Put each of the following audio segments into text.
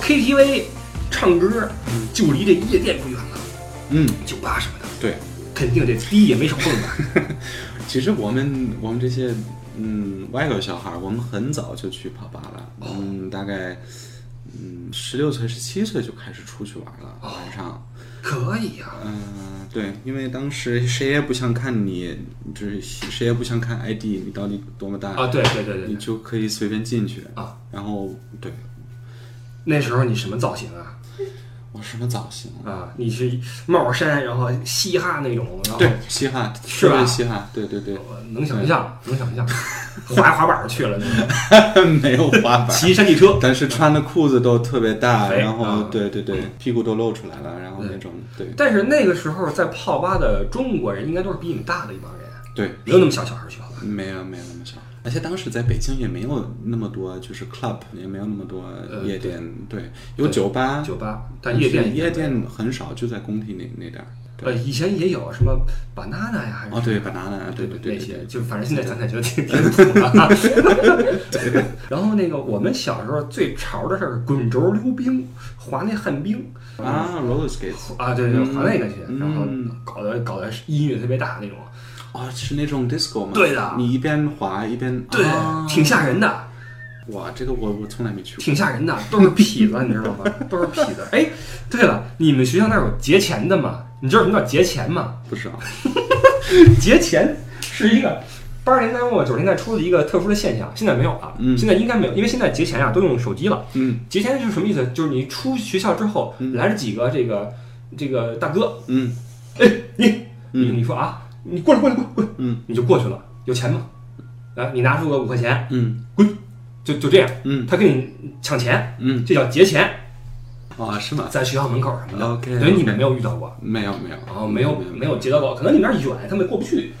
KTV 唱歌，就离这夜店不远了，嗯，酒吧什么的，对，肯定这低也没少蹦 吧？其实我们我们这些嗯外国小孩儿，我们很早就去跑吧了，我哦们大概嗯十六岁、十七岁就开始出去玩了，晚哦上。可以啊呀、嗯、对，因为当时谁也不想看你，就是谁也不想看 ID，你到底多么大啊！对对对对你对就可以随便进去。啊！然后对那时候你什么造型啊？我什么造型？啊，你是帽衫，然后嘻哈那种，然后对，嘻哈是吧哦特别嘻哈，对对对，我能想象，能想象，哎 滑滑板儿去了那种， 没有滑 板，骑山地车，但是穿的裤子都特别大，肥然后啊对对对，屁股都露出来了，然后那种对但是那个时候在泡吧的中国人应该都是比你们大的一帮人，对，没有那么小小孩去泡吧。没有没有那么小，而且当时在北京也没有那么多就是 club，也没有那么多夜店，对，有呃对酒吧，酒吧，但夜店夜店很少，就在工体那那点儿，呃对，以前也有什么 banana 呀，还是哦对，banana，哎对啊对对那对些对，就反正现在想想觉得 挺挺土的。然后那个我们小时候最潮的事儿，滚轴溜冰，滑那旱冰啊，roller skates，啊，对对，嗯滑那个去，然后嗯搞得搞得音乐特别大那种，哦，是那种 disco 吗？对的你一边滑一边，对啊，挺吓人的。哇，这个我我从来没去过，挺吓人的，都是痞子，你知道吗？都是痞子。哎，对了，你们学校那儿有节钱的吗？你知道什么叫节钱吗？不知道，节钱是一个八十年代末九十年代初的一个特殊的现象，现在没有了。嗯现在应该没有，因为现在节钱啊都用手机了。嗯节钱就是什么意思？就是你出学校之后，嗯来了几个这个这个大哥，嗯哎，你你嗯你说啊，你过来过来过来过来，嗯你就过去了，有钱吗？来，你拿出个五块钱，嗯就就这样，嗯他跟你抢钱，嗯，这叫节钱。啊，是吗？在学校门口什么的。 OK，等于你们没有遇到过，没有没有然后没有没没有，截到过，可能你们那儿远，他们过不 去。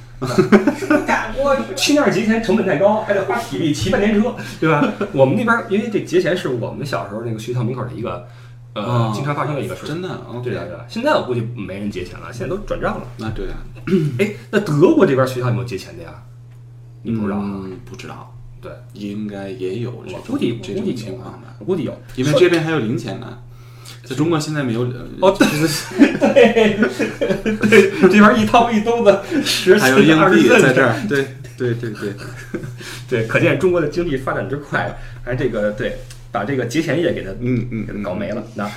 赶过去那儿节钱成本太高，还得花体力骑半天车，对 吧？我们那边儿因为这节钱是我们小时候那个学校门口的一个呃、哦经常发生的一个事情。真的哦，对的对的，现在我估计没人节钱了，现在都转账了。那对啊，哎，那德国这边学校有没有节钱的呀？你不知道啊？嗯，不知道，对，应该也有这我种估计我这估种计有啊情况吧，，我估计有。因为这边还有零钱呢，在中国现在没有哦哦，就是 这边一掏一兜子十还有硬二十币寸在这儿，对对对对，对，可见中国的经济发展之快，哎，这个对，把这个节钱业给它嗯嗯给它嗯，搞没了。那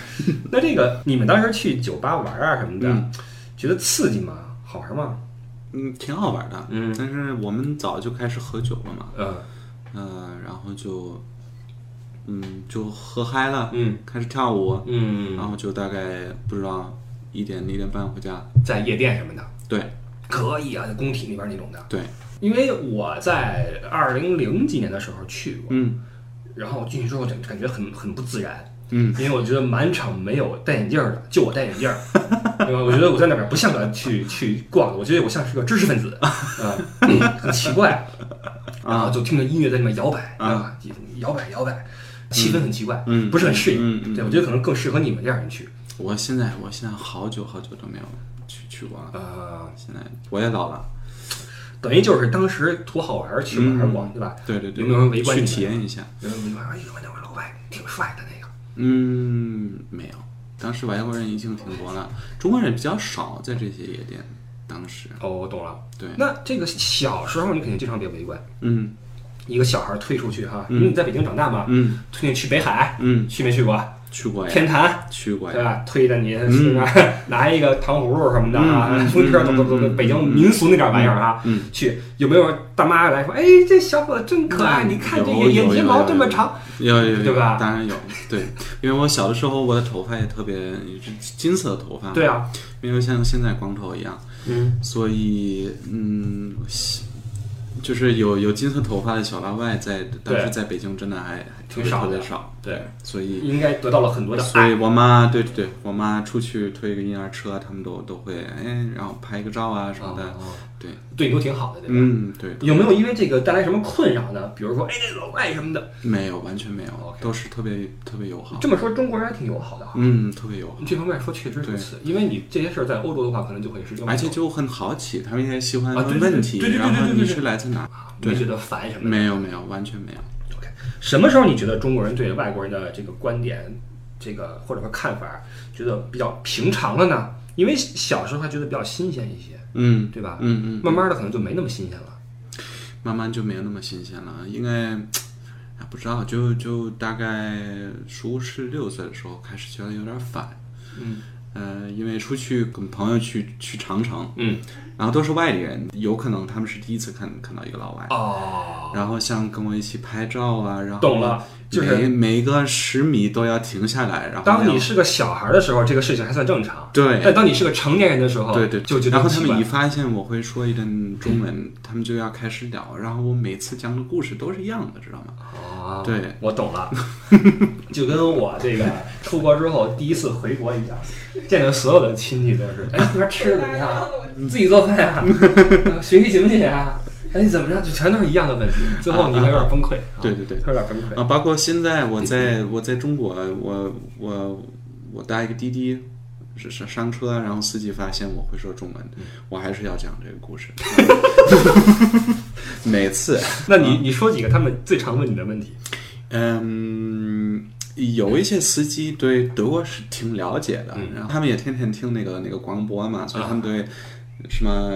那这个你们当时去酒吧玩啊什么的，嗯觉得刺激吗？好玩吗？嗯，挺好玩的，嗯但是我们早就开始喝酒了嘛，嗯嗯，然后就嗯就喝嗨了，嗯开始跳舞，然嗯，后就大概不知道一点一点半回家，在夜店什么的，对可以啊，在工体那边那种的。对，因为我在二零零几年的时候去过，嗯然后进去之后感感觉很很不自然，嗯。因为我觉得满场没有戴眼镜儿的，就我戴眼镜儿， 对吧？我觉得我在那边不像个去去逛的，我觉得我像是个知识分 子，啊、嗯很奇怪。啊然后就听着音乐在里面摇摆，啊，摇摆摇摆，气氛很奇怪，嗯不是很适应。嗯嗯对，我觉得可能更适合你们这样人去。我现在我现在好久好久都没有去去过了，呃，现在我也老了，等于就是当时图好玩儿去玩儿过，嗯对吧？对对对，有没有人围观你去呢体验一下？有人说哎呦，那位老外挺帅的那个。嗯，没有，当时外国人已经挺多了，中国人比较少在这些夜店，当时哦，我懂了。对，那这个小时候你肯定经常被围观，嗯一个小孩儿推出去哈，因为你在北京长大嘛，嗯推你去北海，嗯，去没去过？去过呀，天坛，去过对啊呀，吧？推着你是吧？ 拿一个糖葫芦什么的啊 嗯，从这儿走嗯走走走，嗯北京民俗那点玩意儿啊，嗯，去有没有大妈来说？哎，这小伙子真可爱，你看这嗯有个眼睫毛这么，长。有有有有有有，对吧当然有，对，因为我小的时候我的头发也特别金色的头发，对，啊，没有像现在光头一样，嗯，所以，嗯，西就是有有金色头发的小老外在当时在北京真的还还挺少的特别少。对，所以，应该得到了很多的所爱以。我妈对对对，我妈出去推个婴儿车，他们都都会哎，然后拍个照啊什么的。哦对，对你都挺好的，对吧？嗯，对，有没有因为这个带来什么困扰呢？比如说，哎，那老外什么的。没有，完全没有 OK 都是特别特别友好。这么说，中国人还挺友好的啊。嗯，特别友好，这方面说确实如此，因为你这些事儿在欧洲的话，可能就会是这么而且哎就很好奇，他们也喜欢啊对对问对问题，对对对然后对对你对是来自哪？没觉得烦什么的。没有没有，完全没有。 OK，什么时候你觉得中国人对外国人的这个观点这个或者说看法觉得比较平常了呢？因为小时候还觉得比较新鲜一些，嗯，对吧？嗯嗯，慢慢的可能就没那么新鲜了。慢慢就没有那么新鲜了，因为哎不知道，就就大概十十六岁的时候开始觉得有点反，嗯呃，因为出去跟朋友去去长城，嗯然后都是外地人，有可能他们是第一次看看到一个老外，哦，然后像跟我一起拍照啊，然后懂了，就是每每一个十米都要停下来，然后当要你是个小孩的时候，这个事情还算正常。对但当你是个成年人的时候，对对，就觉得然后很他奇怪们一发现我会说一点中文，他们就要开始聊，然后我每次讲的故事都是一样的，知道吗？哦，对，我懂了， 就跟我这个出国之后第一次回国一样，见的所有的亲戚都是，哎，那边吃的怎么样？你自己做饭啊？呃学习行不行啊？哎，你怎么着？就全都是一样的问题，最后你会有点崩溃。啊对对对会有点崩溃。啊，包括现在我在我在中国，我我我搭一个滴滴。是是上车，然后司机发现我会说中文，我还是要讲这个故事，每次，那你你说几个他们最常问你的问题？嗯，有一些司机对德国是挺了解的，然后他们也天天听那个那个广播嘛，所以他们对什么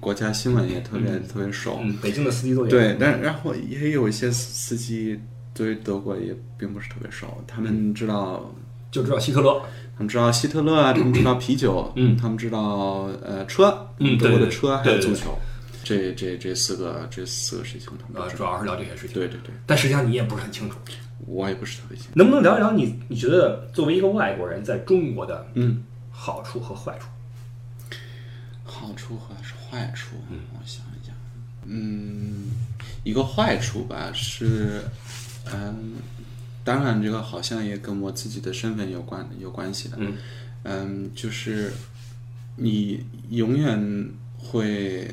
国家新闻也特别、特别熟。嗯，北京的司机都有。对，但然后也有一些司机对德国也并不是特别熟，他嗯们知道。就知道希特勒。他们知道希特勒啊，他们知道啤酒，嗯他们知道呃车，嗯德国对的对车还对有对足对球，这这这四个这四个事情他们呃都，知主道。要是聊这些事情。对对对，但实际上你也不是很清楚。我也不是特别清楚。能不能聊一聊你你觉得作为一个外国人在中国的嗯，好处和坏处？好处和是坏处，啊我想一想，嗯，一个坏处吧是，嗯，当然这个好像也跟我自己的身份有关有关系的，嗯嗯，就是你永远会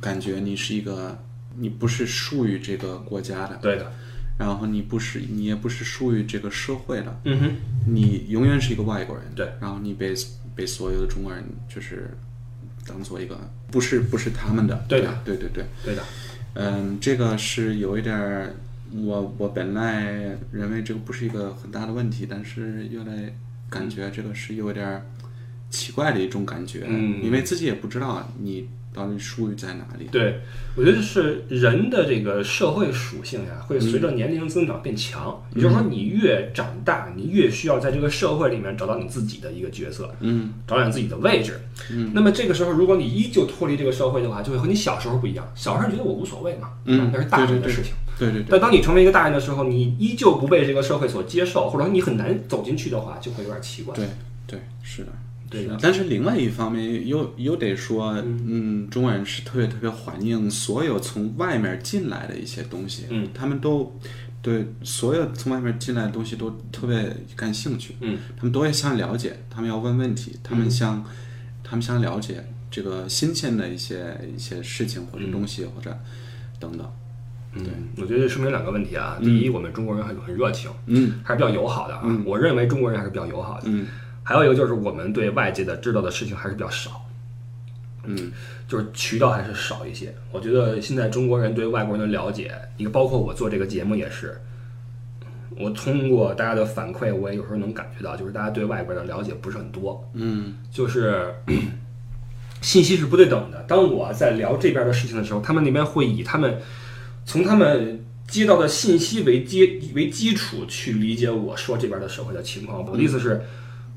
感觉你是一个，你不是属于这个国家的，对的。然后你不是你也不是属于这个社会的，嗯哼。你永远是一个外国人，对，然后你被被所有的中国人就是当做一个不是不是他们的，对的吧对对对，对的，嗯，这个是有一点儿，我我本来认为这个不是一个很大的问题，但是越来感觉这个是有点儿奇怪的一种感觉，嗯因为自己也不知道你到底属于在哪里，对我觉得是人的这个社会属性呀、会随着嗯年龄增长变强。也就是说，你越长大，你越需要在这个社会里面找到你自己的一个角色，嗯找到你自己的位置。嗯，那么这个时候，如果你依旧脱离这个社会的话，就会和你小时候不一样。小时候觉得我无所谓嘛，嗯，那是大人对的事情。，对对对对但当你成为一个大人的时候，你依旧不被这个社会所接受，或者说你很难走进去的话，就会有点奇怪。对对是的。对的，但是另外一方面又又得说，嗯，中国人是特别特别欢迎所有从外面进来的一些东西，嗯，他们都对所有从外面进来的东西都特别感兴趣，嗯，他们都会想了解，他们要问问题，他们想，他们想了解这个新鲜的一些一些事情或者东西或者等等，嗯，我觉得这说明两个问题啊。第一，我们中国人很很热情，嗯还是比较友好的啊。我认为中国人还是比较友好的。嗯还有一个就是我们对外界的知道的事情还是比较少，嗯就是渠道还是少一些。我觉得现在中国人对外国人的了解，一个包括我做这个节目也是，我通过大家的反馈，我也有时候能感觉到，就是大家对外国人的了解不是很多，嗯就是 信息是不对等的。当我在聊这边的事情的时候，他们那边会以他们从他们。接到的信息为基为基础去理解我说这边的社会的情况。我的意思是，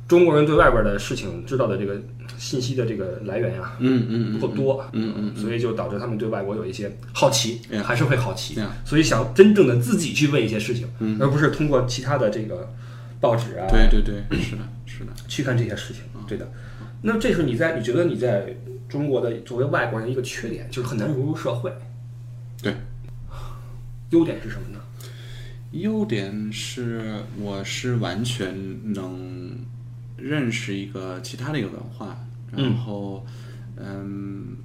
中国人对外边的事情知道的这个信息的这个来源呀、嗯嗯，不够多，啊嗯嗯，所以就导致他们对外国有一些好奇， Yeah. 还是会好奇 Yeah. 所以想真正的自己去问一些事情，嗯而不是通过其他的这个报纸啊对对对，是的，是的，去看这些事情，嗯对的。那这是你在你觉得你在中国的作为外国人一个缺点，就是很难融入社会，对。优点是什么呢？优点是，我是完全能认识一个其他的一个文化，然后，嗯，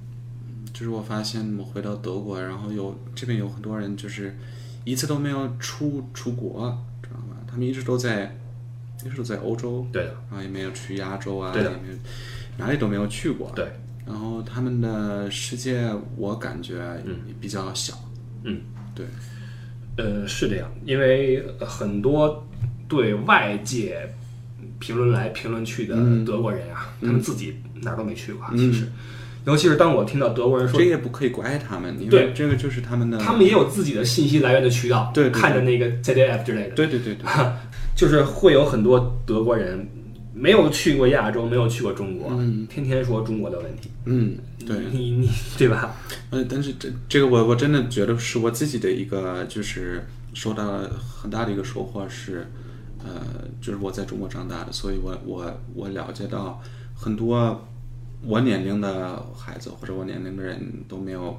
就是我发现我回到德国，然后有这边有很多人就是一次都没有出出国，知道吗？他们一直都在，一直都在欧洲，啊对的，然后也没有去亚洲啊，也对的没有哪里都没有去过，对，然后他们的世界我感觉比较小，嗯，对，呃，是这样，因为呃很多对外界评论来评论去的嗯德国人啊，他们自己哪儿都没去过啊，其实。尤其是当我听到德国人说这，也不可以怪他们，因为对这个就是他们的，他们也有自己的信息来源的渠道，对对对看着那个 ZDF 之类的，对对对对，就是会有很多德国人没有去过亚洲，没有去过中国，嗯天天说中国的问题，嗯，对，你你对吧？呃，但是这这个我我真的觉得是我自己的一个，就是受到了很大的一个收获是，呃，就是我在中国长大的，所以我我我了解到很多我年龄的孩子或者我年龄的人都没有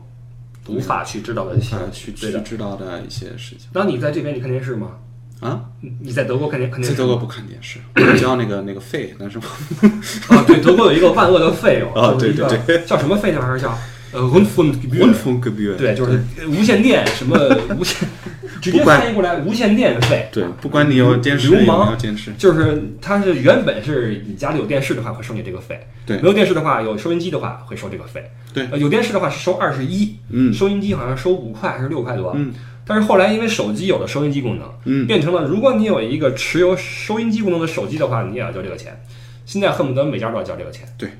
无法去知道的无一些法去去对的。知道的一些事情当你在这边，你看电视吗？啊。你在德国看电看电在视德吗？国不看电视，我交那个那个费，但是我啊，对，德国有一个万恶的费用啊就是一个对叫什么费那玩意儿叫呃 Rundfunkgebühr，风格比对，就是无线电什么无线，直接不管翻译过来无线电费，对，不管你有电视流有没有氓电视，就是它是原本是你家里有电视的话会收你这个费，对没有电视的话有收音机的话会收这个费，对呃有电视的话是收二十一，嗯收音机好像收五块还是六块多，嗯，但是后来因为手机有了收音机功能，嗯变成了如果你有一个持有收音机功能的手机的话，你也要交这个钱，现在恨不得每家都要交这个钱，对，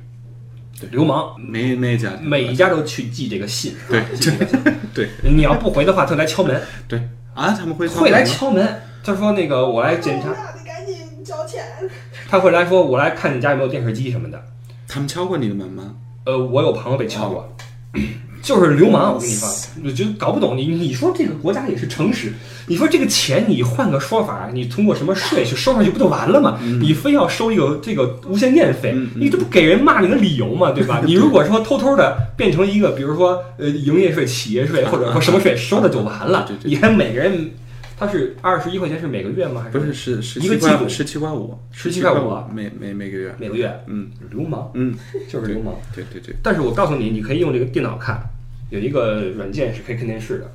对，流氓，没没家庭每一家都去寄这个信，对啊寄这个信 对你要不回的话，他来敲门，对啊，他们会会来敲门吗敲门，他说那个我来检我 查，俩得赶紧交钱。他会来说我来看你家有没有电视机什么的。他们敲过你的门吗？呃，我有朋友被敲过，就是流氓，我跟你说，我就搞不懂你。你说这个国家也是诚实，你说这个钱你换个说法，你通过什么税去收上去不就完了吗？你非要收一个这个无线电费，嗯嗯你这不给人骂你的理由吗？对 吧？你如果说偷偷的变成一个，比如说呃营业税、企业税或者说什么税收了就完了对对，对你还每个人他是二十一块钱是每个月吗？还不是，是十一个七季块度十七块五， 17.5块啊每每每个月。每个月？嗯流氓嗯，就是流氓。对对对，但是我告诉你，你可以用这个电脑看，有一个软件是可以看电视的。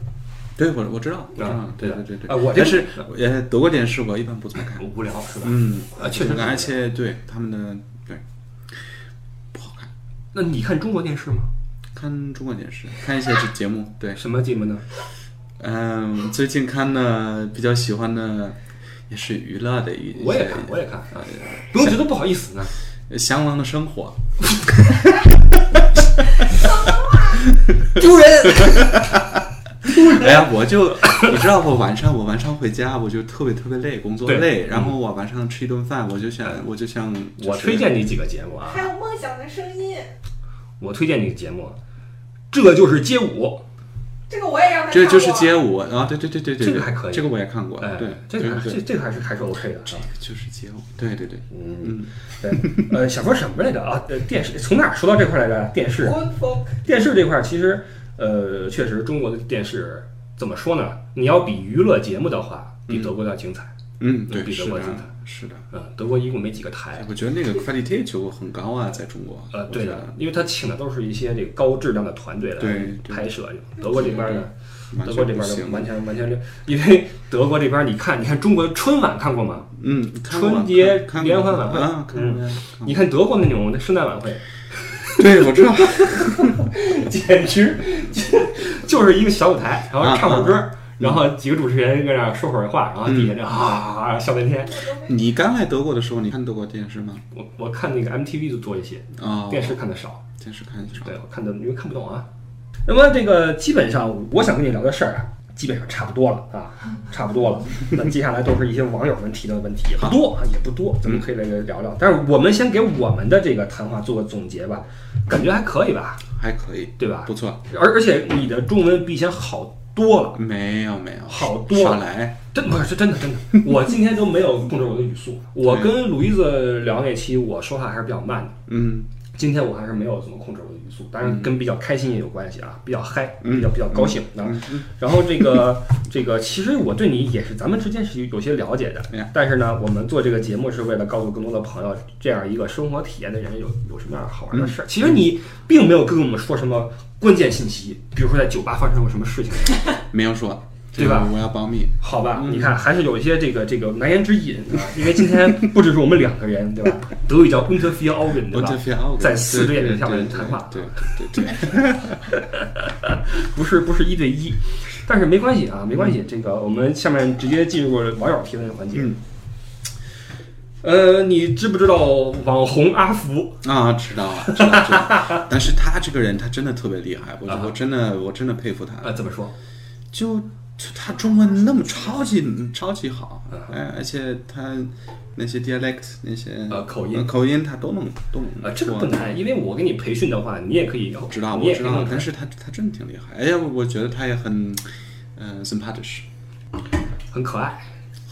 对我我知道，我知道啊，对对的对对。啊我这但是呃，德国电视我一般不怎么看，无聊是吧？嗯啊确实是而且对他们的对不好看，那你看中国电视吗？看中国电视，看一些节目，对，什么节目呢？嗯，最近看的比较喜欢的也是娱乐的一，我也看，我也看啊，不用觉得不好意思呢。也向往的生活，丢人！ 哎呀，我就你知道，我晚上我晚上回家，我就特别特别累，工作对嗯累，然后我晚上吃一顿饭，我就想我就想、我推荐你几个节目啊还，有梦想的声音，我推荐你个节目，啊这就是街舞，这个我也让他这看就是过街舞啊，对对对对对，这个还可以这个我也看过，哎对，，这对个还对这这个还是还是 OK 的啊。就是街舞，对对对，嗯，对，呃，想说什么来着啊？呃，电视从哪儿说到这块来着？电视， Good folk 电视这块儿，其实呃，确实中国的电视怎么说呢？你要比娱乐节目的话，比德国要精彩。嗯，嗯对，比德是国的精彩，是的，嗯，德国一共没几个台。我觉得那个 quality 就很高啊，在中国，呃，我对觉的得，因为他请的都是一些这个高质量的团队对来对拍摄。德国这边呢，完德全国这不边呢行，完全完全就，因为德国这边你看，你看中国的春晚看过吗？嗯，看过春节看过联欢晚会嗯啊，看过 你看德国那种圣诞晚会， 对，我知道，简直就是 一个小舞台，然后唱会儿啊歌，然后几个主持人在那儿说会儿话，然后底下嗯这啊笑半天。你刚来德国的时候，你看德国电视吗？我我看那个 MTV 就多一些，啊，电视看的少。电视看一下，对，我看的因为看不懂啊。那么这个基本上我想跟你聊的事儿啊，基本上差不多了啊，差不多了。那接下来都是一些网友们提的问题，也不多啊，也不多，咱们可以来聊聊。但是我们先给我们的这个谈话做个总结吧，感觉还可以吧，还可以，对吧不？错，而而且你的中文比以前好多了，没有没有，好多少来，真不是真的真的，我今天都没有控制我的语速。我跟鲁伊子聊那期，我说话还是比较慢的。嗯今天我还是没有怎么控制我的语速，当然跟比较开心也有关系啊，比较嗨，嗯比较比较高兴啊。嗯嗯然后这个这个，其实我对你也是，咱们之间是有有些了解的 Yeah.。但是呢，我们做这个节目是为了告诉更多的朋友，这样一个生活体验的人有有什么样好玩的嗯事儿。其实你并没有跟我们说什么关键信息，比如说在酒吧发生过什么事情，没有说，对吧这个我要保密，好吧？嗯你看，还是有一些这个这个难言之隐啊。因为今天不只是我们两个人，对吧？德语叫 u n t e r f i e r a u g e n 对我这吧？非要在四个眼睛下面谈话对对对对，不是不是一对一，但是没关系啊，没关系。这个我们下面直接进入网友提问环节。嗯嗯呃，你知不知道网红阿福？啊，知道了，知道了知道了。 但是他这个人，他真的特别厉害，我啊我真的我真的佩服他。呃，怎么说？就就他中文那么超级超级好嗯，哎，而且他那些 dialect 那些呃口音口音他都能都能呃，这个说不难，因为我给你培训的话，你也可以哦知道你也我可知以道弄，出但来是他他真的挺厉害。哎呀，我我觉得他也很嗯 sympathish，很可爱。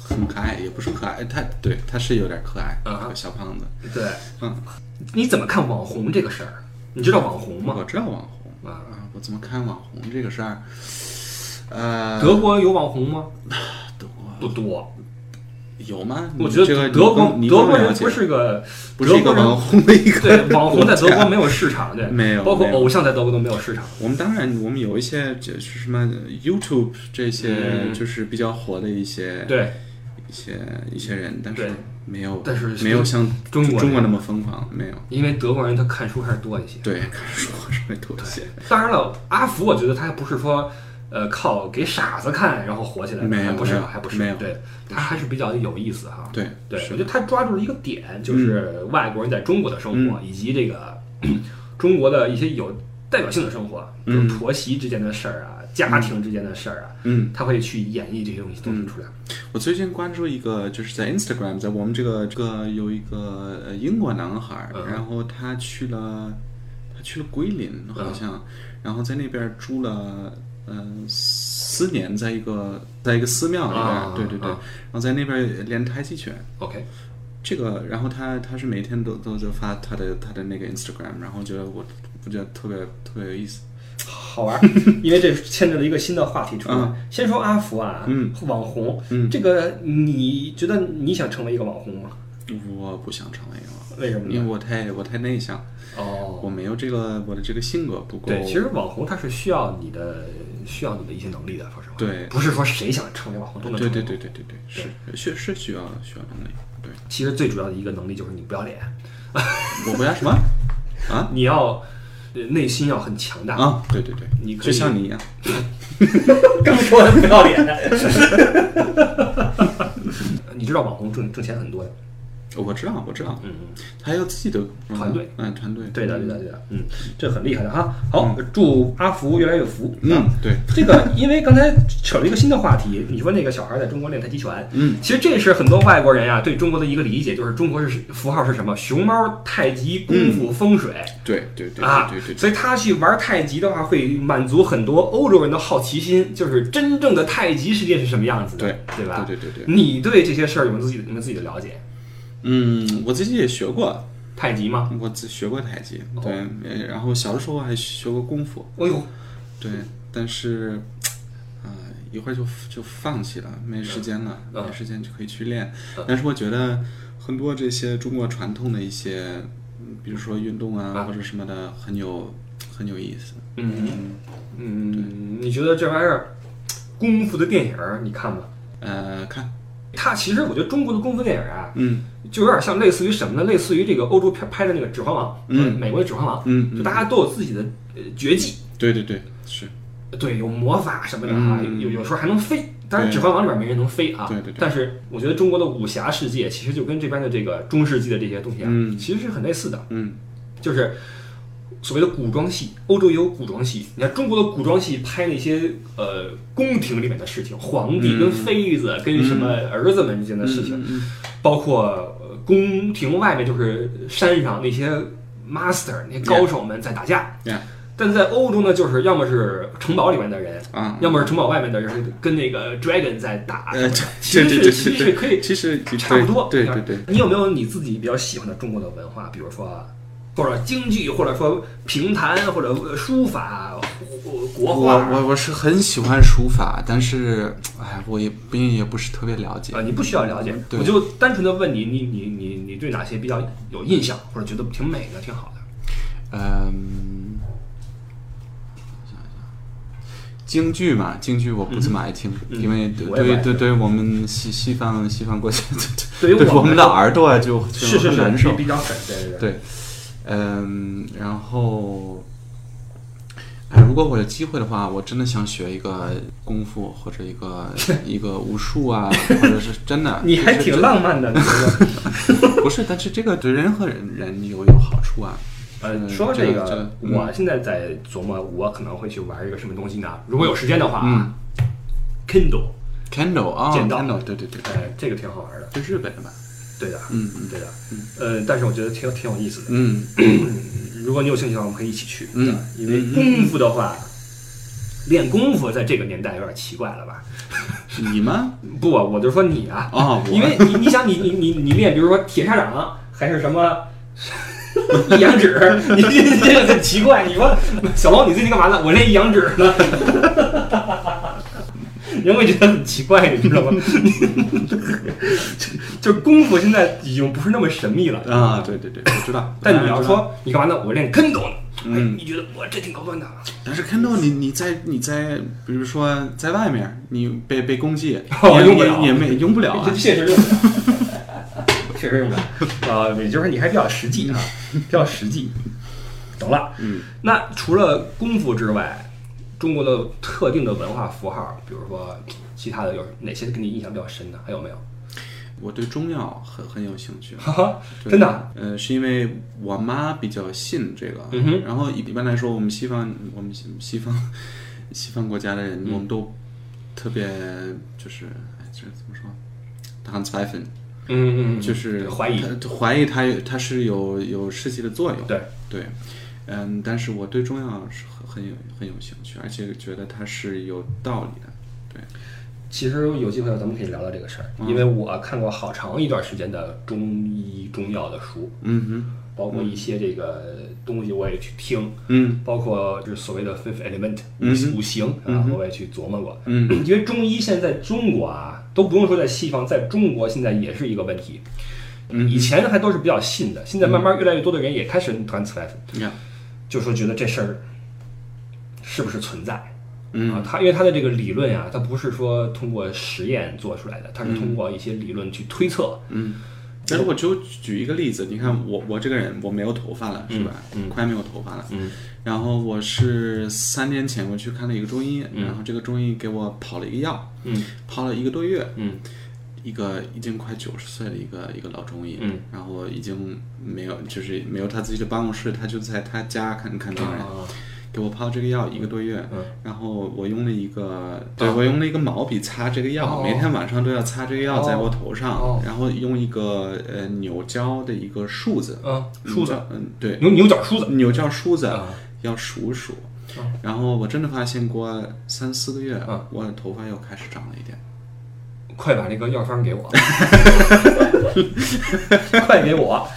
很可爱，也不是可爱，他对他是有点可爱，啊个小胖子。对，嗯，你怎么看网红这个事儿？你知道网红吗？我知道网红啊啊，我怎么看网红这个事儿？呃，德国有网红吗？德国不多，有吗？我觉嗯这得个德国你德更国了人解不是个不是一德个国人网红的一个 对网红在 德国国家没有市场，对，没有包括没有偶像在德国都没有市场。我们当然，我们有一些就是什么 YouTube 这些，嗯就是比较火的一些、对，一些一些人，但对是没有，但是没有像中国人中国那么疯狂，没有。因为德国人他看书还是多一些。对，看书稍微多一些，当然了，阿福我觉得他不是说，呃，靠给傻子看然后火起来的，没有还不是没有还不是，没有对，他还是比较有意思哈。对对，我是嗯觉得他抓住了一个点，就是外国人在中国的生活、以及这个 中国的一些有代表性的生活，比如嗯婆媳之间的事儿啊，家庭之间的事儿啊，嗯，他会去演绎这些东西东西出来。我最近关注一个，就是在 Instagram，在我们这个这个有一个呃英国男孩儿，嗯然后他去了，他去了桂林好像，然后在那边住了呃四年，在一个在一个寺庙里边，啊对对对，啊然后在那边练太极拳。 OK，这个，然后他他是每天都都在发他的他的那个 Instagram，然后觉得我我觉得特别特别有意思。好玩儿， 因为这牵扯了一个新的话题出来。嗯先说阿福啊，嗯，网红，嗯这个你觉得你想成为一个网红吗？我不想成为一个网为什么红，呢？因为我太我太内向，我哦，没有这个我的这个性格不够。对，其实网红他是需要你的需要你的一些能力的，说实话，对不是说谁想成为网红都能成对为对网红对对对对，是需是需要需要能力。对，其实最主要的一个能力就是你不要脸，我回答什么？啊你要呃内心要很强大。啊，对对对，你可以就像你一样， 刚说的不要脸的。 你知道网红挣挣钱很多呀，我知道我知道，嗯，他有自己的团队，嗯，团队，对的对的对的，嗯，这很厉害的哈。好，祝阿福越来越福。啊嗯，对，这个， 因为刚才扯了一个新的话题，你说那个小孩在中国练太极拳，嗯，其实这是很多外国人呀、对中国的一个理解，就是中国是符号是什么？熊猫、太极、功夫、风水对嗯对对啊对对，对，所以他去玩太极的话，会满足很多欧洲人的好奇心，就是真正的太极世界是什么样子的，对对吧？对对对对，你对这些事儿有没有自己的你们自己的了解？嗯，我自己也学过，太极吗？我只学过太极，对，哦呃然后小的时候还学过功夫，哎呦，对，但是，啊、一会儿就就放弃了，没时间了，嗯没时间就可以去练嗯。但是我觉得很多这些中国传统的一些，嗯比如说运动啊啊或者什么的，很有很有意思。嗯嗯，你觉得这玩意儿功夫的电影儿你看吗？呃，看，它其实我觉得中国的功夫电影啊，嗯就有点像类似于什么呢？类似于这个欧洲片拍的那个《指环王》，嗯呃美国的《指环王》，嗯就嗯，大家都有自己的呃绝技，对对对，是，对，有魔法什么的啊，嗯有有时候还能飞。当然，《指对环王》里边没人能飞啊，对对对但是我觉得中国的武侠世界其实就跟这边的这个中世纪的这些东西啊，嗯其实是很类似的，嗯就是。所谓的古装戏，欧洲也有古装戏。你看中国的古装戏拍那些呃宫廷里面的事情，皇帝跟嗯妃子、跟什么儿子们之间的事情，嗯嗯包括呃宫廷外面就是山上那些 master 那些高手们在打架。 Yeah. 但在欧洲呢，就是要么是城堡里面的人，嗯啊，要么是城堡外面的人跟那个 dragon 在打什么的。呃，这其实这是其实这这是这可以其实差不多。对对对，。你有没有你自己比较喜欢的中国的文化？比如说，或者京剧，或者说评弹，或者呃书法、国国我画啊？我我是很喜欢书法，但是，哎，我也并也不是特别了解。啊你不需要了解，嗯对我就单纯的问你，你你你你对哪些比较有印象，或者觉得挺美的、挺好的？嗯，京剧嘛，京剧我不怎么爱听，嗯因为我也不爱对听对对，我们西西方西方国家， 对于对我我们们的耳朵啊就就是是很是，难比受。比较狠，对对对。对，嗯，然后，哎，如果我有机会的话，我真的想学一个功夫或者一 个一个武术啊，或者是真的。你还这是挺真浪 漫的，你这个。 不是，但是这个对人和人人有有好处啊。呃，嗯说到这个个，这个我现在在琢磨，我可能会去玩一个什么东西呢？如果有时间的话啊嗯，Kindle， ，Kindle 啊剑道，Kindle，对对对，呃，这个挺好玩的，就日本的吧。对的，嗯嗯对的，呃，但是我觉得挺挺有意思的。嗯，如果你有兴趣的话，我们可以一起去，嗯对吧因为功夫的话，练功夫在这个年代有点奇怪了吧？你吗？不，我就说你啊，哦，我 因为你你想你你你你练，比如说铁砂掌还是什么一阳指，你你这个很奇怪。你说小猫你最近干嘛呢？我练一阳指呢。人会觉得很奇怪，你知道吗？ 就就功夫现在已经不是那么神秘了啊，对对对，我知道。 但你当然要知道，说你干嘛呢？我练 Kendo 呢。哎嗯，你觉得我这挺高端的啊，但是 Kindle，你你在你在，比如说在外面，你被被攻击， 哦也用不了也也没用不了 啊这。确实用不了， 确实用不了。啊，也就是你还比较实际啊，比较实际。懂了。嗯，那除了功夫之外，中国的特定的文化符号，比如说其他的有哪些给你印象比较深的？还有没 有？我对中药很很有兴 趣。哈哈，对真的啊？呃，是因为我妈比较信这个，嗯哼然后一般来说，我们西方，我们西西方西方国家的嗯人，我们都特别就是，哎，这怎么说？很 z w e i f e n 嗯就是怀疑。他怀疑它有它是有有实际的作用。对对，嗯，但是我对中药是很很有很有兴趣，而且觉得它是有道理的。对，其实有机会咱们可以聊聊这个事儿，因为我看过好长一段时间的中医中药的书，嗯包括一些这个东西我也去听，哼，嗯包括就是所谓的 fifth element 嗯哼五行啊，我也去琢磨过。嗯，因为中医现在在中国啊，都不用说在西方，在中国现在也是一个问题。嗯以前还都是比较信的，现在慢慢越来越多的人也开始团起来，你看，就说觉得这事儿是不是存在？嗯啊，它因为它的这个理论啊，它不是说通过实验做出来的，它是通过一些理论去推测。嗯。但是我就举一个例子，你看我我这个人我没有头发了，是吧？嗯嗯快没有头发了。嗯然后我是三年前我去看了一个中医，然后这个中医给我跑了一个药，嗯跑了一个多月，嗯一个已经快九十岁的一个一个老中医，嗯然后已经没有就是没有他自己的办公室，他就在他家看看病人，啊给我泡这个药一个多月，嗯啊然后我用了一个，对我用了一个毛笔擦这个药，哦每天晚上都要擦这个药在我头上，哦然后用一个呃扭胶的一个梳子，啊，梳子扭，胶，嗯，对，牛牛角梳子扭胶梳子啊要数一数啊。然后我真的发现，过三四个月啊，我的头发又开始长了一点。快把那个药方给 我，快给我，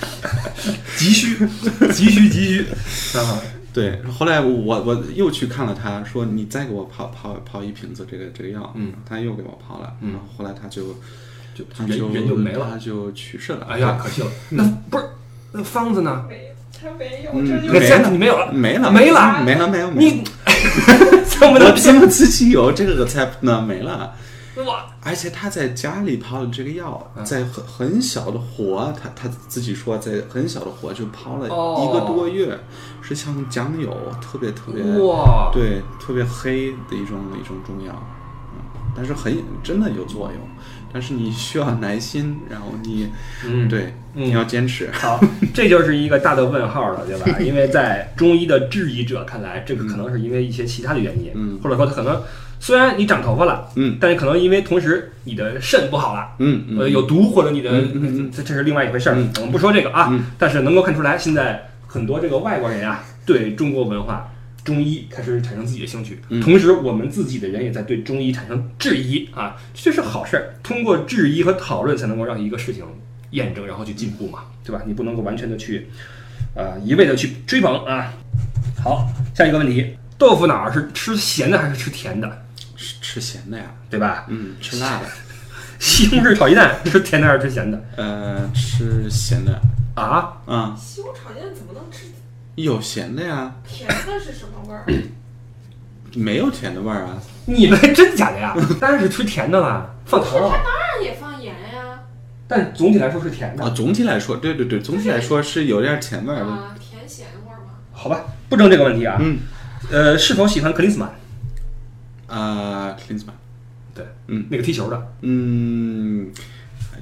急需，急需，急需啊！对，后来我我又去看了他，说你再给我泡泡泡一瓶子这个这个药，嗯，他又给我泡了，嗯然后后来他就就他人就人就没了。他就去世了，哎呀，可惜了。那不是那方子呢？没，他没有，嗯这就那没现了在你没有了，嗯没了，没了没了，没有，没 有你怎么我能怎么自己有这个 recipe 呢？没了。哇？而且他在家里泡的这个药啊，在很很小的火，他他自己说在很小的火就泡了哦一个多月，是像酱油，特别特别哇！对，特别黑的一种一种中药，嗯，但是很真的有作用，但是你需要耐心，然后你，嗯对，嗯你要坚持，好，这就是一个大的问号了，对 吧？因为在中医的质疑者看来，这个可能是因为一些其他的原因，嗯或者说他可能虽然你长头发了，嗯但是可能因为同时你的肾不好了。嗯嗯，呃，有毒或者你的，嗯嗯嗯这这是另外一回事儿，嗯我们不说这个啊。嗯但是能够看出来，现在很多这个外国人啊，对中国文化、中医开始产生自己的兴趣，嗯同时我们自己的人也在对中医产生质疑啊，这是好事儿。通过质疑和讨论，才能够让一个事情验证，然后去进步嘛，对吧？你不能够完全的去，呃，一味的去追捧啊。好，下一个问题，豆腐脑儿是吃咸的还是吃甜的，吃吃咸的呀，对吧？嗯，吃辣的，西红柿炒鸡蛋吃甜的还是吃咸的呃，吃咸的，啊？啊、西红柿炒鸡蛋怎么能吃有咸的呀，甜的是什么味儿？没有甜的味儿啊，你们真假的呀？ 当然是吃甜的啦，放糖了。当然也放盐呀，但总体来说是甜啊，的，总体来说，对对对，总体来说是有点甜味儿的， 啊，甜咸味儿嘛。好吧？不争这个问题啊。嗯呃，是否喜欢克林斯曼？啊 k l i n s m a n 对，嗯那个踢球的，嗯，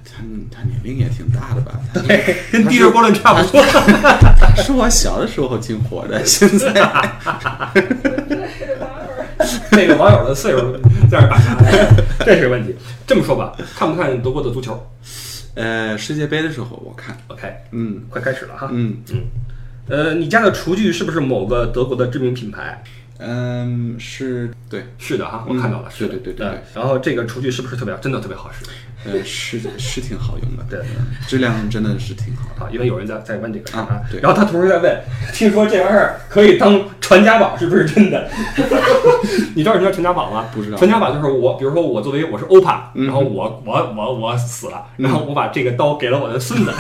他他年龄也挺大的吧？他 跟迪尔波伦差不多。他是我小的时候挺火的， 现在这玩意儿， 那个网友的岁 数在这儿打架， 这是个问题。这么说吧，看不看德国的足球呃世界杯的时候我看， ？OK，嗯快开始了哈。嗯呃，你家的厨具是不是某个德国的知名品牌？嗯是对，是的哈，我嗯看到了。是的对对对对对嗯然后这个厨具是不是特别真的特别好使？呃是是挺好用的，对，质量真的是挺好的。啊，因为有人在在问这个事儿啊对然后他同时在问，听说这玩意儿可以当传家宝，是不是真的？ 你知道什么叫传家宝吗？不知道传家宝就是我，比如说我作为我是欧帕，嗯然后我我我我死了，然后我把这个刀给了我的孙子，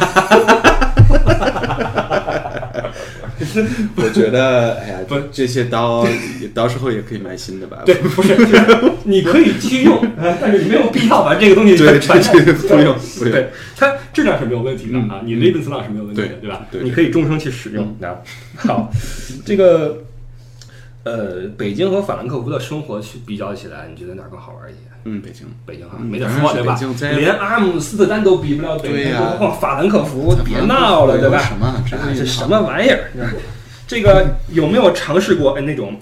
我觉得哎 呀不，这些 刀也到时候也可以买新的吧？对， 不是，是你可以去用， 但是你没有必要把这个东西 对传下对去。对，不用不用。对，它质量是没有问题的啊，你 l e b e n s l a 是没有问题的，对对吧？对你可以终生去使用。啊， 好，这个呃，北京和法兰克福的生活去比较起来，你觉得哪儿更好玩一些？嗯，北京，北京哈，嗯没得当然说是对吧北京在？连阿姆斯特丹都比不了北对京，呀何况法兰克福？别咱们闹了，对吧？哎什么？啊这这什么玩意啊嗯儿？ 这个有没有尝试过哎那种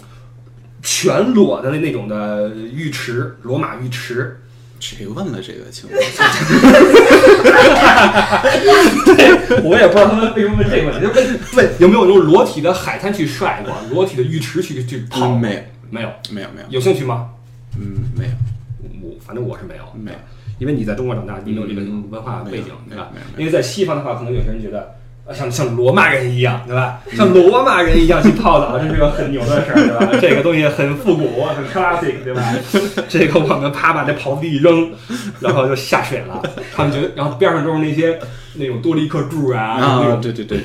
全裸的那那种的浴池，罗马浴池？谁问了这个？请问 我也不知道他们为什么问这个问题，就问问有没有那种裸体的海滩去晒过，裸体的浴池去去泡？嗯没没有，有，没有没有，有兴趣吗？嗯，没有我反正我是没有，没有。因为你在中国长大，你没有这个嗯文化背景，没有对吧没有没？有因为在西方的话，可能有些人觉得。呃像像罗马人一样，对吧？嗯像罗马人一样去泡澡，这是个很牛的事儿，对吧？这个东西很复古，很 classic，对吧？ 这个我们啪把那袍子一扔，然后就下水了。他们觉得，然后边上都是那些那种多立克柱啊，那啊，种对对对，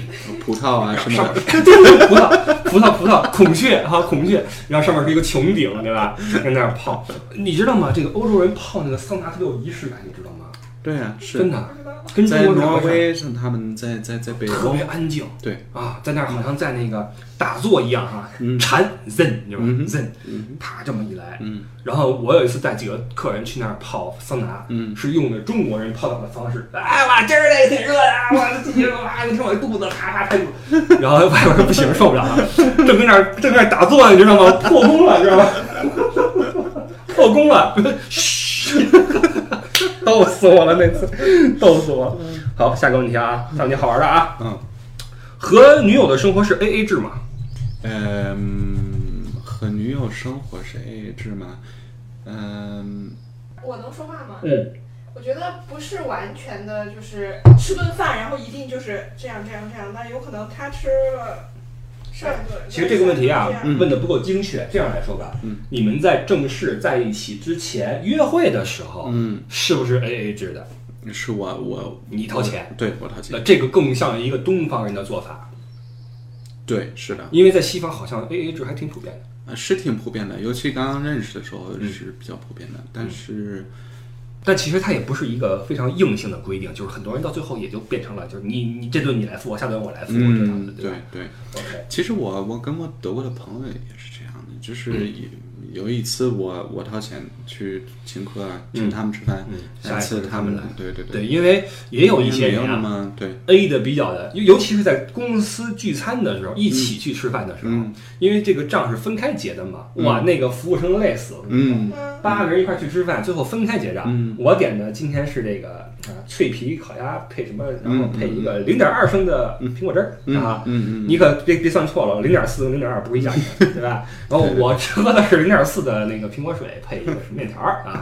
葡萄啊什上么面的，对对对，葡萄葡萄葡萄孔雀哈孔雀，然后上面是一个穹顶，对吧？跟那儿泡，你知道吗？这个欧洲人泡那个桑拿特别有仪式感，你知道吗？对啊，是真的不，知道。跟在中国挪不一样威，像他们在在 在北特欧，别安静对，啊，在那儿好像在那个打坐一样哈、嗯禅 Zen 你知道吗嗯？Zen 嗯啪这么一来，嗯然后我有一次带几个客人去那儿泡桑拿，嗯是用的中国人泡澡的方式。哎，哇，今儿这挺热的，啊我进去哇，你看我肚子咔咔开始。然后外边说不行，受不了 了，正跟那儿正跟那儿打坐呢，你知道吗？破功了，你知道吗？破功了，嘘， 逗死我了那次，逗死我了。好，下个问题啊，下个问题好玩的啊，嗯，和女友的生活是 A A 制吗？嗯，和女友生活是 AA 制吗？嗯，我能说话吗？嗯，我觉得不是完全的，就是吃顿饭，然后一定就是这样这样这样，但有可能他吃了上一顿。其实这个问题啊这样，嗯问的不够精确。这样来说吧，嗯你们在正式在一起之前约会的时候，嗯，是不是 A A 制的？是我我你掏钱，对我掏那钱，这个更像一个东方人的做法，对是的，因为在西方好像 A A 制还挺普遍的。啊是挺普遍的，尤其刚刚认识的时候嗯是比较普遍的，但是但其实它也不是一个非常硬性的规定，就是很多人到最后也就变成了，就是你你这顿你来付，我下顿我来付，这样的，嗯，对吧对对， ？OK，其实我我跟我德国的朋友也是这样的，就是嗯有有一次我我掏钱去请客，请他们吃饭，嗯下一下一次次他们们来对对对，对，因为也有一些没有人那啊么对， A 的比较的，尤尤其是在公司聚餐的时候，一起去吃饭的时候，嗯因为这个账是分开结的嘛，嗯哇，那个服务生累死了。嗯嗯，八个人一块儿去吃饭，最后分开结账。嗯我点的今天是这个啊脆皮烤鸭配什么，然后嗯配一个零点二升的苹果汁儿、嗯啊，嗯嗯，嗯你可别别算错了，零点四跟零点二不是一价钱，对吧？然后我喝的是零点四的那个苹果水配一个面条儿 啊，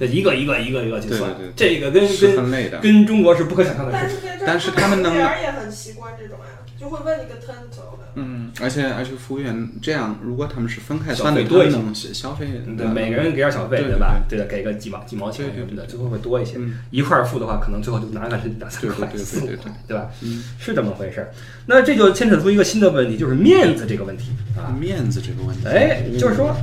这一个一个一个一个去算，对这对个跟是跟很累的，跟中国是不可想象的事但情。是在这儿，但是他们能服务员也很习惯这种呀，就会问你个 turn 走的。嗯，而且而且服务员这样，如果他们是分开消算的，费他多一们些嗯能消消费对，每个人给点小费，啊对对吧？对的，给个几毛几毛钱对对什么的，对最后会多一些嗯。一块儿付的话，可能最后就拿个两三对对块、对对四五对块，对吧？嗯是这么回事儿。那这就牵扯出一个新的问题，就是面子这个问题啊。面子这个问题，哎，就是说，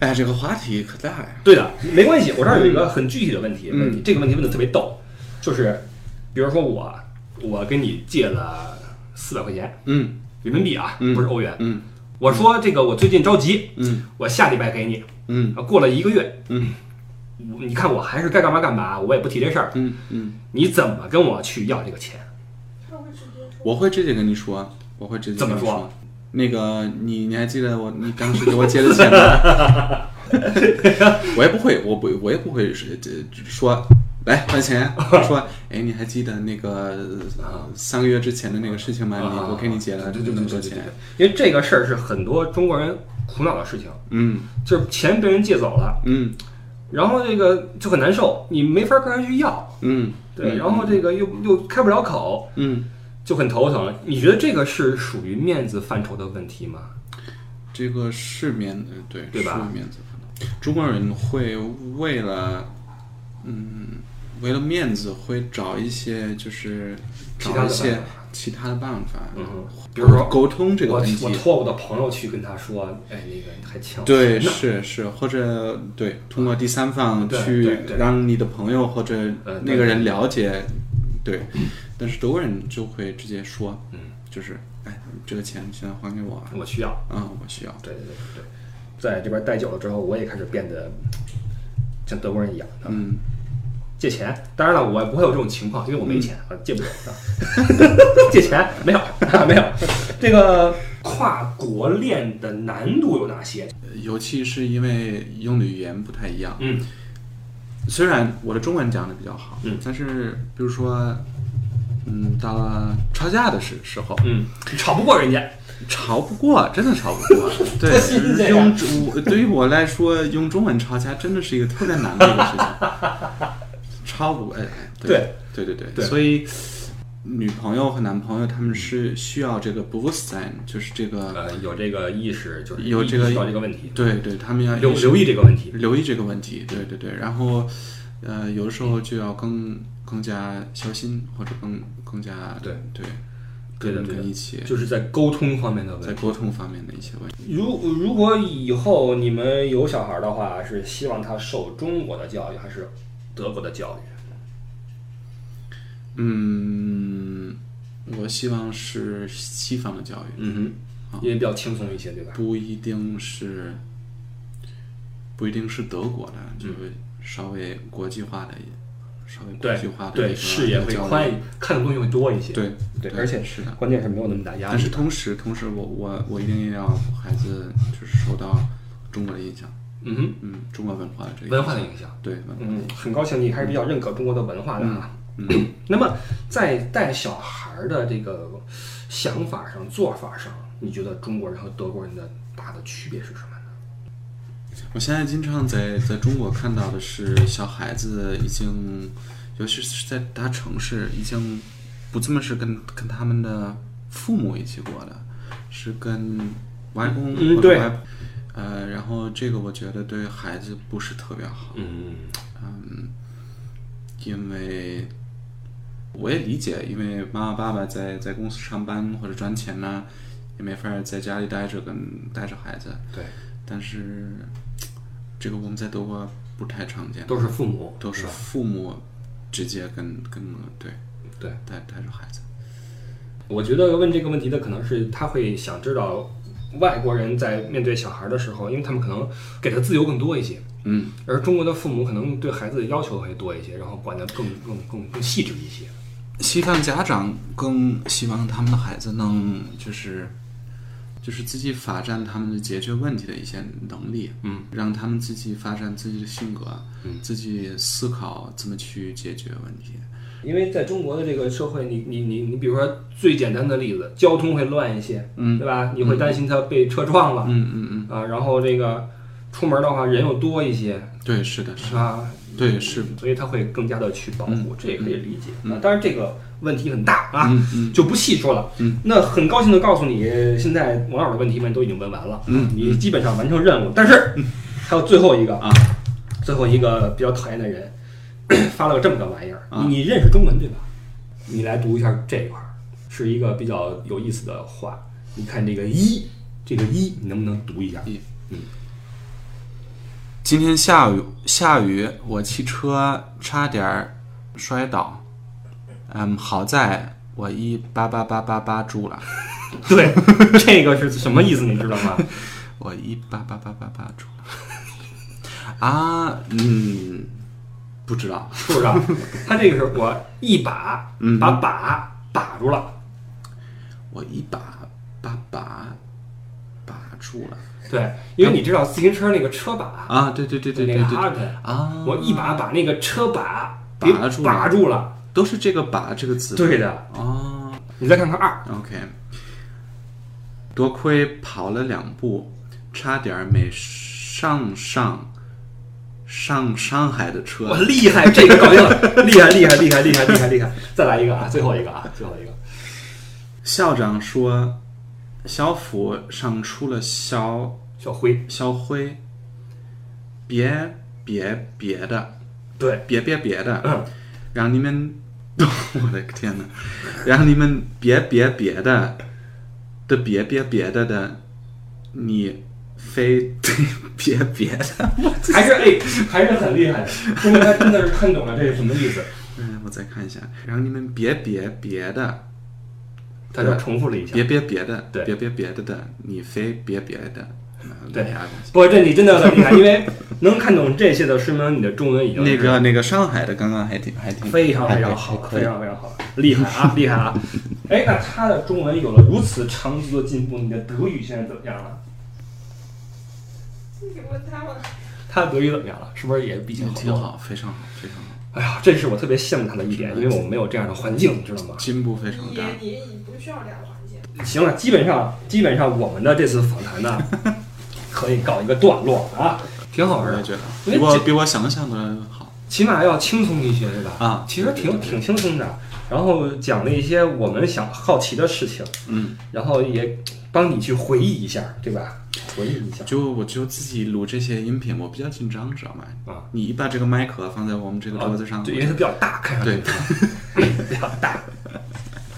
哎，这个话题可大呀，对的，没关系。我这儿有一个很具体的问题，嗯问题这个问题问的特别逗，就是比如说我我跟你借了四百块钱嗯人民币啊，嗯不是欧元，嗯我说这个我最近着急，嗯我下礼拜给你。嗯啊，过了一个月，嗯我你看我还是该干嘛干嘛，我也不提这事儿。嗯嗯，你怎么跟我去要这个钱？他会直接说我会直接跟你说，啊我会直接怎跟你么说。那个你你还记得我你当时给我借的钱吗？ 我也不会，我不我也不会是这说来还钱， 说哎你还记得那个呃三个月之前的那个事情吗？你我给你借了啊对那对对么对多对对钱，，因为这个事儿是很多中国人苦恼的事情，嗯就是钱被人借走了，嗯然后这个就很难受，你没法跟人去要，嗯，对，嗯然后这个又又开不了口，嗯。就很头疼。你觉得这个是属于面子范畴的问题吗？这个是面子，对对吧是面子可能中国人会为了，嗯，为了面子会找一些就是其他的找一些办法其他的办法，嗯哼然后比如说沟通这个我问我题，托我的朋友去跟他说，哎，那个你还欠我对，钱呢是是，或者对，通过第三方对去对对让你的朋友或者呃那个人了解，对，但是德国人就会直接说，嗯，就是哎，这个钱现在还给我吧，我需要。啊，我需要，对对对对，在这边待久了之后，我也开始变得像德国人一样的嗯，借钱。当然了，我不会有这种情况，因为我没钱啊，借不了。啊 借钱没有啊，没有。这个跨国恋的难度有哪些？呃尤其是因为用的语言不太一样。嗯虽然我的中文讲的比较好，嗯但是比如说，嗯，到了吵架的时时候，嗯，你吵不过人家，吵不过，真的吵不 过。对多新，鲜呀用中我对于我来说，用中文吵架真的是一个特别难的一个事情，吵不过。哎对对对对对所以。女朋友和男朋友他们是需要这个 bewusstsein，就是这个，呃，有这个意识，就是有意这个嗯识到这个问题，对对，他们要留意识留意这个问题。留意这个问题，对对对，然后，呃，有的时候就要更更加小心，或者更更加对对对的跟对的跟一起就是在沟通方面的在问题。沟通方面的一些问题。如如果以后你们有小孩的话，是希望他受中国的教育还是德国的教育？嗯，我希望是西方的教育，嗯哼，因为比较轻松一些，对吧？不一定是不一定是德国的，就是稍微国际化的，稍微国对际化的一对，个视野一个会教育宽，看的东西会多一些。对对，而且是的。关键是没有那么大压但力是的。同时，同时我我我一定要孩子就是受到中国的影响，嗯嗯，中国文化的这哼，个文化的影响。对嗯文化，嗯，很高兴你还是比较认可中国的文化的啊。那么在带小孩儿的这个想法上、做法上，你觉得中国人和德国人的大的区别是什么呢？我现在经常在在中国看到的是小孩子已经，尤其是在大城市，已经不这么是跟跟他们的父母一起过的，是跟外公嗯或者对外婆，呃，然后这个我觉得对孩子不是特别好，嗯嗯，因为我也理解，因为妈妈爸爸在在公司上班或者赚钱呢、也没法儿在家里待着跟带着孩子。对，但是这个我们在德国不太常见，都是父母，都是吧父母直接跟跟呃对对。带带着孩子。我觉得问这个问题的可能是他会想知道外国人在面对小孩的时候，因为他们可能给的自由更多一些，嗯，而中国的父母可能对孩子的要求会多一些，然后管得更更更更细致一些。西方家长更希望他们的孩子能就是就是自己发展他们的解决问题的一些能力，嗯，让他们自己发展自己的性格，嗯自己思考怎么去解决问题。因为在中国的这个社会，你你你你，比如说最简单的例子，交通会乱一些，嗯对吧？你会担心他被车撞了、嗯嗯嗯，啊，然后这个出门的话人又多一些对，是的，是的，啊，对，是的，所以他会更加的去保护，嗯这也可以理解。嗯啊，当然这个问题很大啊，嗯嗯就不细说了。嗯，那很高兴的告诉你，现在网友的问题们都已经问完了，嗯你基本上完成任务。但是还有最后一个啊，最后一个比较讨厌的人发了个这么个玩意儿，啊你认识中文对吧？你来读一下这一块儿，是一个比较有意思的话。你看这个一，这个一，你能不能读一下？一今天下雨，下雨，我骑车差点儿摔倒，嗯，好在我一八八八八八住了。对，这个是什么意思？你知道吗？我一八八八八八出 啊，嗯，不知道，是不 是？他这个是我一把嗯把把把住了，我一把把把把住了对，因为你知道自行车那个车把，啊！对对对对对那个对哈根，啊！我一把把那个车把给把住了把住了，都是这个“把”这个词对哦的。啊。你再看看二， OK，多亏跑了两步，差点没上上上上海的车我。厉害，这个搞定了，厉害厉害厉害厉害厉害厉害！ 再来一个啊，最后一个啊，最后一个，校长说，校服上出了校小辉，校徽，别别别的，对，别别别的，嗯，让你们， 我的天哪，让你们别别别的的别别别的的，你非得别别的。还是哎，还是很厉害的，说明他真的是看懂了这是什么意思。嗯，我再看一下，然后你们别别别的，他就重复了一下别。别别的，对别别别的的，你非别别的，嗯对啥东西不过这你真的很厉害，因为能看懂这些的，说明你的中文已经那个哎那个上海的刚刚还挺还挺非常非常好，非常非常好，厉害啊，厉害啊！哎，那他的中文有了如此长足的进步，你的德语现在怎么样了？你问他吧。他的德语怎么样了？是不是也比较挺？好，非常好，非常好，哎呀，这是我特别羡慕他的一点，因为我没有这样的环境，你知道吗？进步非常你大。你你不需要这样的环境。行了，基本上基本上我们的这次访谈呢，可以告一个段落了啊，挺好玩我也的，觉得因比为我这比我想象的好。起码要轻松一些，对吧？啊其实挺对对对挺轻松的，然后讲了一些我们想好奇的事情，嗯，然后也帮你去回忆一下，对吧？回忆一下就我就自己录这些音频，我比较紧张，知道吗？啊，你一把这个麦克放在我们这个桌子上，对，因为它比较大，看上去对比较大，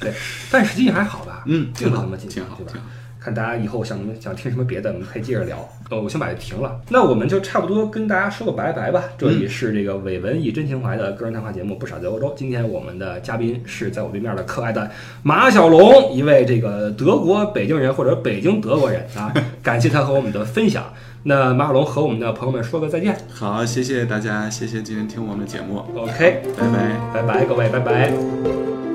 对，但实际上还好吧，嗯，并挺不好怎么，紧挺张，好，对吧挺？好。看大家以后想想听什么别的，我们可以接着聊。哦呃，我先把这停了。那我们就差不多跟大家说个拜拜吧。嗯这里是这个伪文艺真情怀的个人谈话节目《不傻在欧洲》。今天我们的嘉宾是在我对面的可爱的马小龙，一位这个德国北京人或者北京德国人啊。感谢他和我们的分享。那马小龙和我们的朋友们说个再见。好，谢谢大家，谢谢今天听我们的节目， OK，拜拜。拜拜，各位，拜拜。